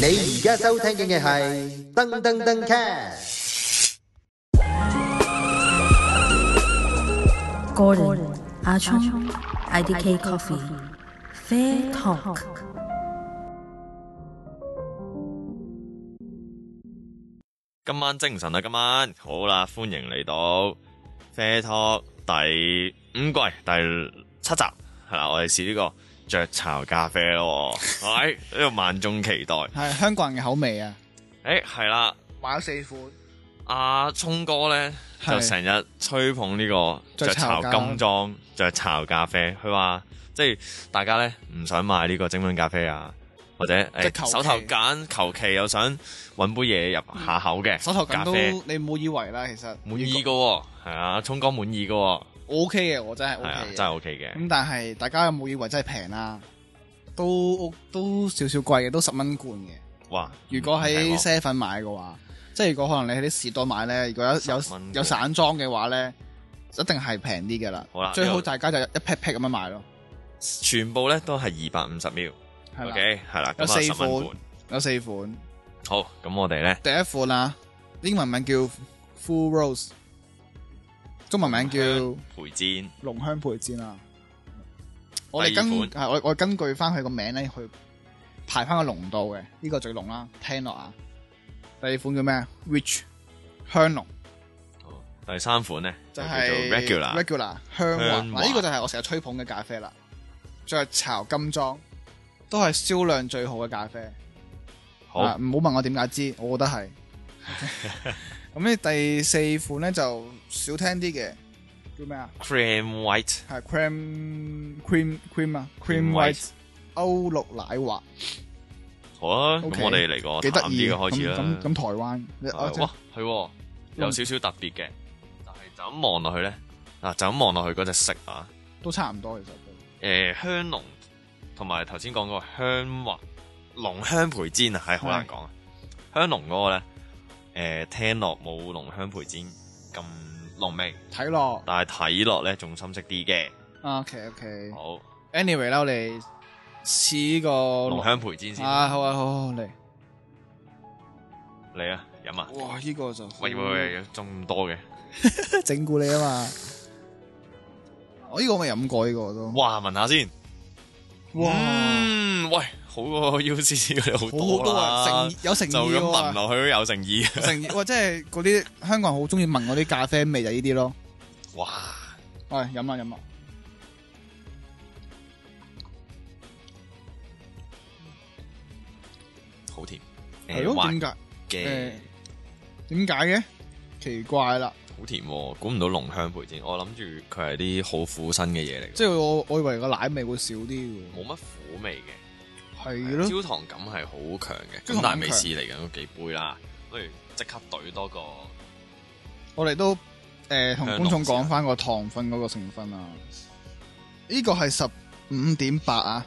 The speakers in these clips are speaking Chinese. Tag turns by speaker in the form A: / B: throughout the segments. A: 你而家收聽嘅係噔噔噔 cast。
B: Gordon, Ah Chong, IDK Coffee, Fair Talk.
C: 今晚精神啊！今晚好啦，歡迎嚟到 Fair Talk 第五季第七集，係啦，我哋試呢個雀巢咖啡咯， 係咪呢個萬眾期待。
D: 系香港人嘅口味啊！
C: 誒係啦，
E: 買咗四款，
C: 阿聰哥咧
D: 係
C: 就成日吹捧呢個雀巢金裝雀巢咖啡，佢話即係大家咧唔想買呢個精品咖啡啊，或者
D: 即
C: 誒
D: 係求其
C: 手頭揀求其又想揾杯嘢入下口嘅
D: 手頭
C: 咖
D: 咁都
C: 啡
D: 你唔好以為啦，其實
C: 滿意嘅喎，係啊，聰哥滿意嘅喎。
D: 我 OK 嘅，我真係 OK
C: 係啊，
D: 嘅。嗯
C: 真係 OK 嘅。
D: 咁但係大家有冇以為真係平啊？都都少少貴嘅，都十蚊罐嘅。
C: 哇！
D: 如果喺
C: 唔嗯平喎
D: seven 買嘅話，即係如果可能你喺啲士多買咧，如果有有
C: 10蚊罐
D: 有散裝嘅話咧，一定係平啲嘅啦
C: 好啦。
D: 最
C: 呢
D: 好
C: 個
D: 大家就一 pack pack 咁樣買咯，
C: 全部咧都係二百五十 ml。
D: 係啦。
C: OK，係啦，
D: 有
C: 咁啊
D: 四
C: 十蚊罐
D: 款。有四款，
C: 好，咁我哋咧
D: 第一款啊，英文名叫 Full Rose，中文名叫。
C: 陪煎
D: 龍香培煎啊！我哋
C: 第二
D: 根
C: 款
D: 係我我根據翻佢個名咧去排翻個濃度嘅，呢、個最濃啦，聽落啊！第二款叫咩？Rich 啊香濃，
C: 好第三款咧
D: 就
C: 就叫做
D: 係
C: regular。
D: regular
C: 香
D: 香雲，
C: 雲
D: 嗱呢個就係我成日吹捧嘅咖啡啦。雀巢金裝都係銷量最好嘅咖啡，
C: 好
D: 啊唔好問我點解知，我覺 得係。咁呢第四款咧就少聽啲嘅，叫咩啊？
C: cream white
D: 係 cream cream cream 啊
C: cream
D: cream white 歐陸奶滑，
C: 好啊，咁
D: OK，
C: 我哋嚟個
D: 幾
C: 淡
D: 得
C: 啲
D: 意
C: 嘅開始
D: 咁咁咁
C: 啦。
D: 台灣，你啊
C: 係哇，係喎有少少特別嘅，但係就咁望落去咧，嗱就咁望落去嗰隻色啊，
D: 都差唔多其實
C: 誒呃香濃同埋頭先講嗰個香滑濃香培煎啊，係好難講啊。香濃嗰個咧，誒、聽落冇濃香培煎咁濃味，
D: 都 睇落
C: 但係睇落咧仲深色啲嘅。
D: 啊 OK OK。
C: 好，
D: Anyway 啦，我哋試個
C: 濃香培煎先，嚟
D: 啊，好啊，好好嚟。
C: 啊，飲啊！
D: 哇，嗯呢個就
C: 喂喂喂，仲咁多嘅，
D: 整蠱你啊嘛！我呢個我未飲過呢個都，
C: 哇，聞下先。嗯，喂，好過 U C C 佢哋好
D: 好好多
C: 多啦，
D: 啊，誠有誠
C: 就
D: 意
C: 咁聞
D: 喎，
C: 落去都有誠意。
D: 誠意哇，即係嗰啲香港人好中意聞嗰啲咖啡味就係呢啲咯。
C: 哇！
D: 喂，飲啊啦飲啦，
C: 好甜，
D: 係
C: 誒
D: 咯，
C: 滑
D: 點解？
C: 嘅
D: 誒。點解嘅？奇怪啦，
C: 好甜喎、估唔到濃香培煎，我諗住佢係啲好苦身嘅嘢嚟，
D: 即係我我以為個奶味會少啲嘅，
C: 冇乜苦味嘅，
D: 係咯，
C: 焦糖感係好強嘅，
D: 焦
C: 咁
D: 糖感
C: 但係未
D: 強
C: 試嚟緊嗰幾杯啦，不如即刻懟多個
D: 啊我哋都誒同
C: 香濃
D: 觀眾
C: 先啊
D: 講翻個糖分嗰個成分啊，呢個係十五點八啊，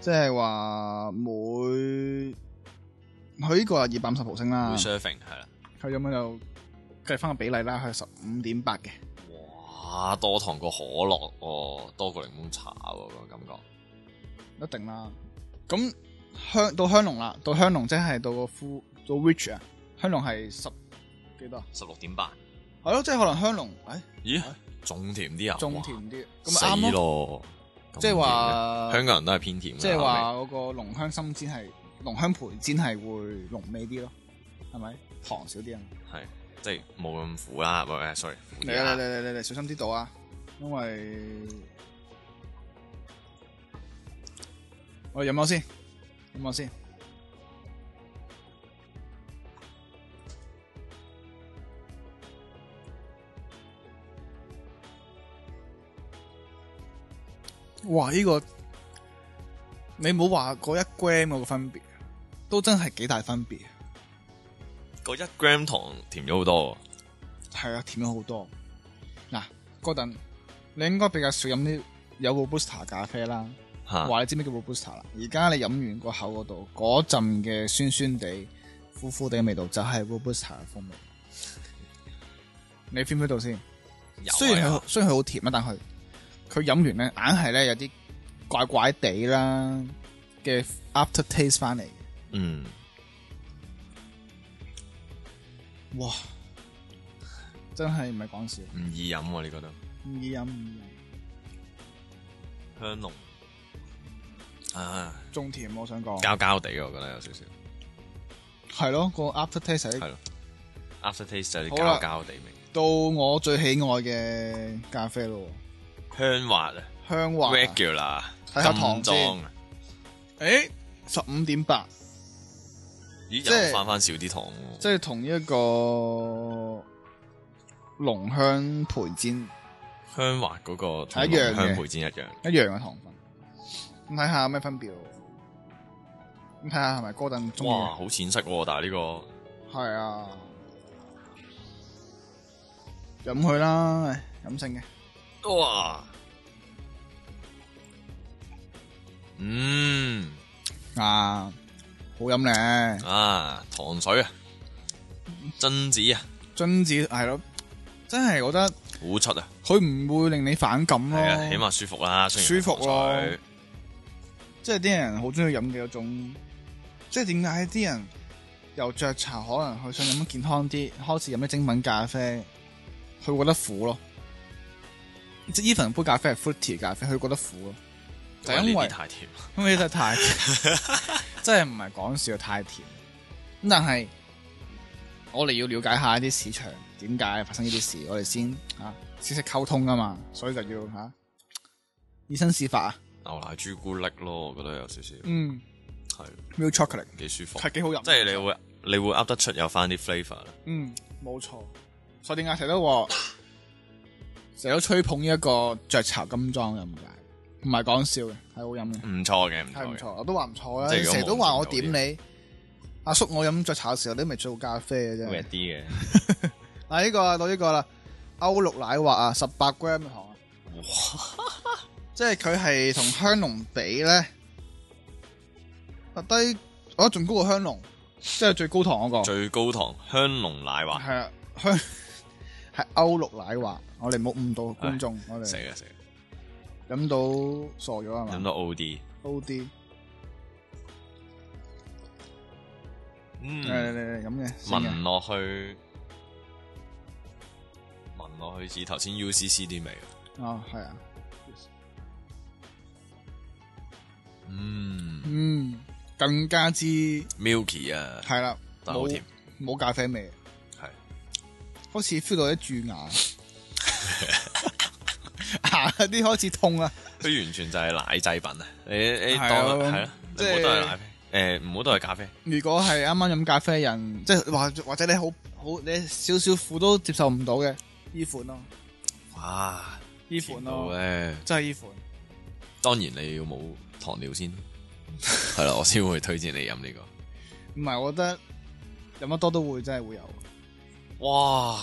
D: 即係話每佢呢個係二百五十毫升啦
C: 杯，serving 係啦，
D: 佢咁樣就計翻個比例啦，佢係十五點八嘅，
C: 哇多糖過可樂喎、多過檸檬茶喎、個感覺，
D: 一定啦。咁香到香濃啦，到香濃即係到個 full 到 rich 啊，香濃係十幾多啊？
C: 十六點八，
D: 係咯，即係可能香濃，誒
C: 咦仲甜啲啊，
D: 仲
C: 哇
D: 甜啲，咁咪
C: 死
D: 啱咯。
C: 咯，咁
D: 即係
C: 甜
D: 話
C: 嘅香港人都係偏甜嘅，
D: 即係
C: 口
D: 話
C: 味
D: 嗰個濃香深煎係濃香培煎係會濃味啲咯，係咪？糖少啲啊！
C: 係即係冇咁苦啦，喂喂，sorry，苦
D: 嚟
C: 啲
D: 啊
C: 啦
D: 嚟嚟嚟嚟，小心啲倒啊！因為我飲下先，飲下先。哇！呢、個你冇話嗰一 gram 嗰個分別，都真係幾大分別。
C: 個一 gram 糖甜咗好多喎。
D: 係啊，甜咗好多。嗱，嗰陣你應該比較少飲啲有 robusta 咖啡啦。
C: 嚇
D: 話你知咩叫 robusta 啦？而家你飲完個口嗰度，嗰陣嘅酸酸地、苦苦地嘅味道就係 robusta 嘅風味。你 feel 唔 feel 到先？
C: 有啊
D: 雖然
C: 有
D: 佢
C: 啊
D: 雖然佢好甜啊，但佢佢飲完咧，硬係咧有啲怪怪地啦，嘅 after taste 翻嚟嘅。
C: 嗯，
D: 哇！真係唔係講笑，
C: 唔易飲喎，你覺得？
D: 唔易飲唔易
C: 香濃啊，
D: 飲，仲甜我想講，
C: 膠膠地嘅，我覺得有少少，
D: 係咯個 after taste
C: 係咯。After taste 就係啲
D: 好
C: 膠
D: 啦
C: 膠地味，
D: 到我最喜愛嘅咖啡咯，
C: 香滑啊
D: 香滑。
C: ，regular，
D: 睇下
C: 金
D: 糖
C: 裝啊，
D: 誒十五點八，
C: 咦
D: 即係
C: 又翻翻少啲糖喎，
D: 即係同一個濃香培煎
C: 香滑嗰個同
D: 係一樣嘅
C: 香培煎一樣，
D: 一樣嘅糖分，咁睇下有咩分別喎？咁睇下係咪哥頓中意
C: 哇，
D: 嘅？
C: 好淺色喎，但係呢個。
D: 係啊，飲佢啦，唉飲性嘅。
C: 哇，嗯
D: 啊，好飲咧，
C: 啊，糖水啊，榛子啊，
D: 榛子係咯，真係覺得
C: 好出啊，
D: 佢唔會令你反感咯。
C: 係啊，起碼舒服啦，雖然係
D: 舒
C: 糖
D: 服咯
C: 水
D: 即係啲人好中意飲嘅一種，即係點解啲人由雀茶可能佢想飲得健康啲，開始飲啲精品咖啡，佢會覺得苦咯。即係 even 杯咖啡係 fruity 咖啡，佢覺得苦咯，就
C: 因為
D: 因
C: 呢
D: 為
C: 啲太甜，
D: 因為真係太 甜，真係唔係講笑，太甜。咁但係我哋要了解下啲市場點解發生呢啲事，我哋先啊識識溝通啊嘛，所以就要吓、啊以身試法啊。
C: 牛奶朱古力咯，我覺得有少少
D: 嗯
C: 係
D: ，milk chocolate
C: 幾舒服，
D: 係幾好飲，
C: 即係你會你會噏得出有翻啲 flavour 啦，
D: 嗯，冇錯。所以點解成日都話成日都吹捧呢一個雀巢金裝咁解，唔係講笑嘅，係好飲嘅，
C: 唔錯嘅，唔
D: 係唔
C: 錯嘅，
D: 錯，我都話唔錯啦。
C: 即係
D: 你
C: 如果
D: 成日都話我
C: 望唔到
D: 點你，阿叔我飲雀巢嘅時候，你都未做咖啡嘅
C: 會
D: 啫
C: 一。啲嘅，
D: 嗱呢個啊到呢個啦，歐陸奶滑啊，十八 gram 嘅糖啊，即係佢係同香濃比咧，啊低，我覺得仲高過香濃，即係最高糖嗰、個。
C: 最高糖香濃奶滑，
D: 系啊，香系歐陸奶話，我哋唔好誤導觀眾，我
C: 死
D: 哋
C: 嘅死嘅，
D: 飲到傻咗係
C: 啊飲
D: 嘛
C: 到 O D，
D: ？O D，誒
C: 嗯。
D: 嚟嚟飲嘅，先啊嘅
C: 聞落去，聞落去似頭先 UCC 啲味。
D: 哦係啊，
C: 嗯
D: 嗯，更加之
C: ，Milky 啊，
D: 係啦，
C: 但係好
D: 冇
C: 甜
D: 冇咖啡味，
C: 係
D: 開始 feel 到啲蛀牙， 牙有啲開始痛啊，
C: 佢完全就係奶製品啊！你你
D: 係啊
C: 當係啦，
D: 即
C: 你唔
D: 係
C: 好當係奶啡，誒唔好當係咖啡，
D: 如果係啱啱飲咖啡人，即係或或者你好好你少少苦都接受唔到嘅，呢款咯，
C: 哇！啊
D: 呢
C: 甜
D: 款
C: 到
D: 咯，
C: 咧，
D: 真係呢款。
C: 當然你要冇糖尿先，係啦，我先會推薦你飲呢個。
D: 唔係，我覺得飲得多都會真係會有。
C: 哇！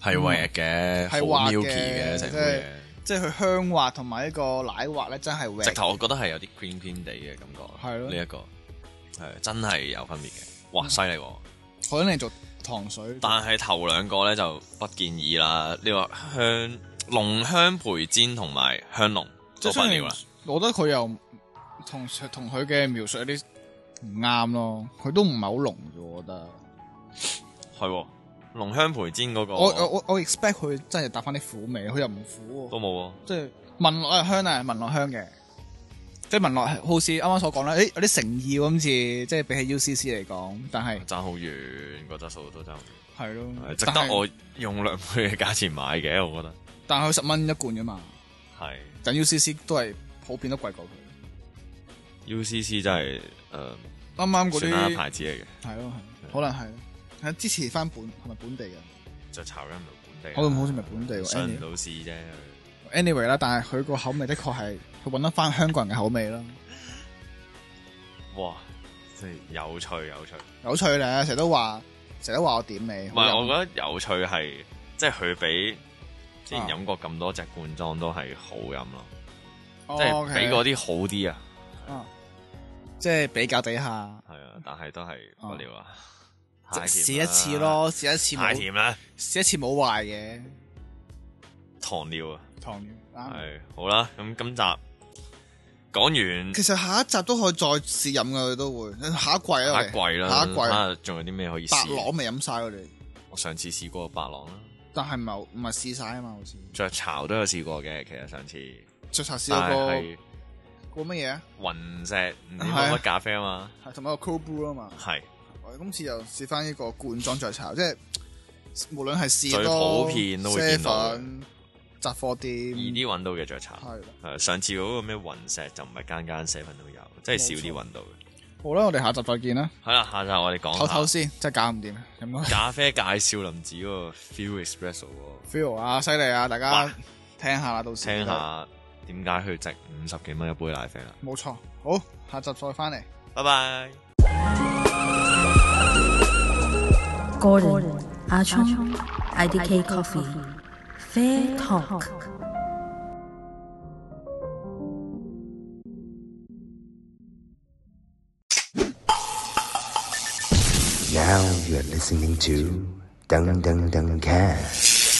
C: 係滑嘅，
D: 嗯係
C: 好
D: 滑嘅
C: milky 嘅成
D: 即
C: 杯
D: 係
C: 嘢。
D: 即係佢香滑同埋呢個奶滑咧，真係滑
C: 直。頭我覺得係有啲 green green 地嘅感覺，
D: 係咯嗯
C: 呢一個係真係有分別嘅，哇犀利喎！
D: 可能嚟做糖水，
C: 但係頭兩個咧就不建議啦，呢個香濃香培煎同埋香濃
D: 即
C: 都
D: 係
C: 不
D: 雖
C: 了
D: 然
C: 啦，
D: 我覺得佢又同同佢嘅描述有啲唔啱咯。佢都唔係好濃啫，我覺得。
C: 係喎濃香培煎嗰
D: 我我
C: 個
D: 我我 expect 佢真係搭翻啲苦味，佢又唔苦喎，
C: 都冇喎，
D: 即係聞落係香啊，聞落香嘅。即係聞落係好似啱啱所講啦，誒有啲誠意喎，今次即係比起 UCC 嚟講，但係
C: 爭好遠個質素都爭好遠，
D: 係咯，
C: 嗯係值
D: 嗯但係
C: 得我用兩倍嘅價錢買嘅，我覺得
D: 但係佢十蚊一罐啫嘛。
C: 係
D: 但 UCC 都係普遍都貴過佢。
C: UCC 真係誒
D: 啱啱嗰
C: 算啦
D: 啲
C: 牌子嚟嘅，
D: 係咯係，可能係係支持翻本係咪本地嘅？
C: 就炒緊唔到本地，啊
D: 我都唔好似唔係本地
C: 上唔
D: 喎。
C: 到市啫。
D: Any- Anyway 啦，但係佢個口味的確係佢揾得翻香港人嘅口味啦，
C: 哇，真係有趣有趣。
D: 有趣咧。成日都話，成日都話我點你，
C: 唔
D: 好
C: 係，
D: 飲
C: 我覺得有趣係，即係佢比之前
D: 啊
C: 飲過咁多隻罐裝都係好飲咯，
D: 哦
C: 即係
D: OK
C: 比嗰啲好啲啊。
D: 啊即係比較底下
C: 係啊，但係都係不了啊。
D: 哦即
C: 太甜
D: 係試一
C: 啦
D: 次，咯，試一次
C: 太
D: 冇
C: 甜啦，
D: 試一次冇壞嘅，
C: 糖尿啊，
D: 糖尿啱。
C: 係好啦，咁今集講完
D: 其實下一集都可以再試飲嘅，佢都會下一季
C: 下
D: 啦，我
C: 一
D: 哋
C: 季啦，
D: 下一季啊
C: 睇下仲有啲咩可以
D: 白
C: 試？
D: 朗未飲晒我哋，
C: 我上次試過白朗啦，
D: 但係唔係唔係試晒啊嘛，好似
C: 雀巢都有試過嘅，其實上次，
D: 雀巢試
C: 但
D: 咗個
C: 係
D: 個乜嘢啊？
C: 雲石唔知
D: 係
C: 乜乜咖啡啊嘛，
D: 係同埋個 cold brew 啊嘛。
C: 係
D: 我哋今次又試翻呢個罐裝雀巢，即係無論係士
C: 最
D: 多、
C: 普遍都會見到嘅
D: Seven 雜貨店，
C: 易啲揾到嘅雀巢。
D: 係啦。
C: 誒上次嗰個咩雲石就唔係間間社份都有，即係少啲揾到嘅。
D: 好啦，我哋下集再見啦。
C: 好啦，下集我哋
D: 唞
C: 講
D: 唞
C: 下
D: 先，真係搞唔掂，啊飲多
C: 咖啡介紹林子嗰個 Feel Espresso 喎，
D: feel 啊，犀利啊！大家
C: 哇
D: 聽下啦，到時
C: 聽下點解佢值五十幾蚊一杯奶啡啦。
D: 冇錯。好，下集再翻嚟。
C: 拜拜。
B: Gordon, Ah Achong, IDK Coffee, Fair Talk.
A: Now you're listening to Dung Dung Dung Cat.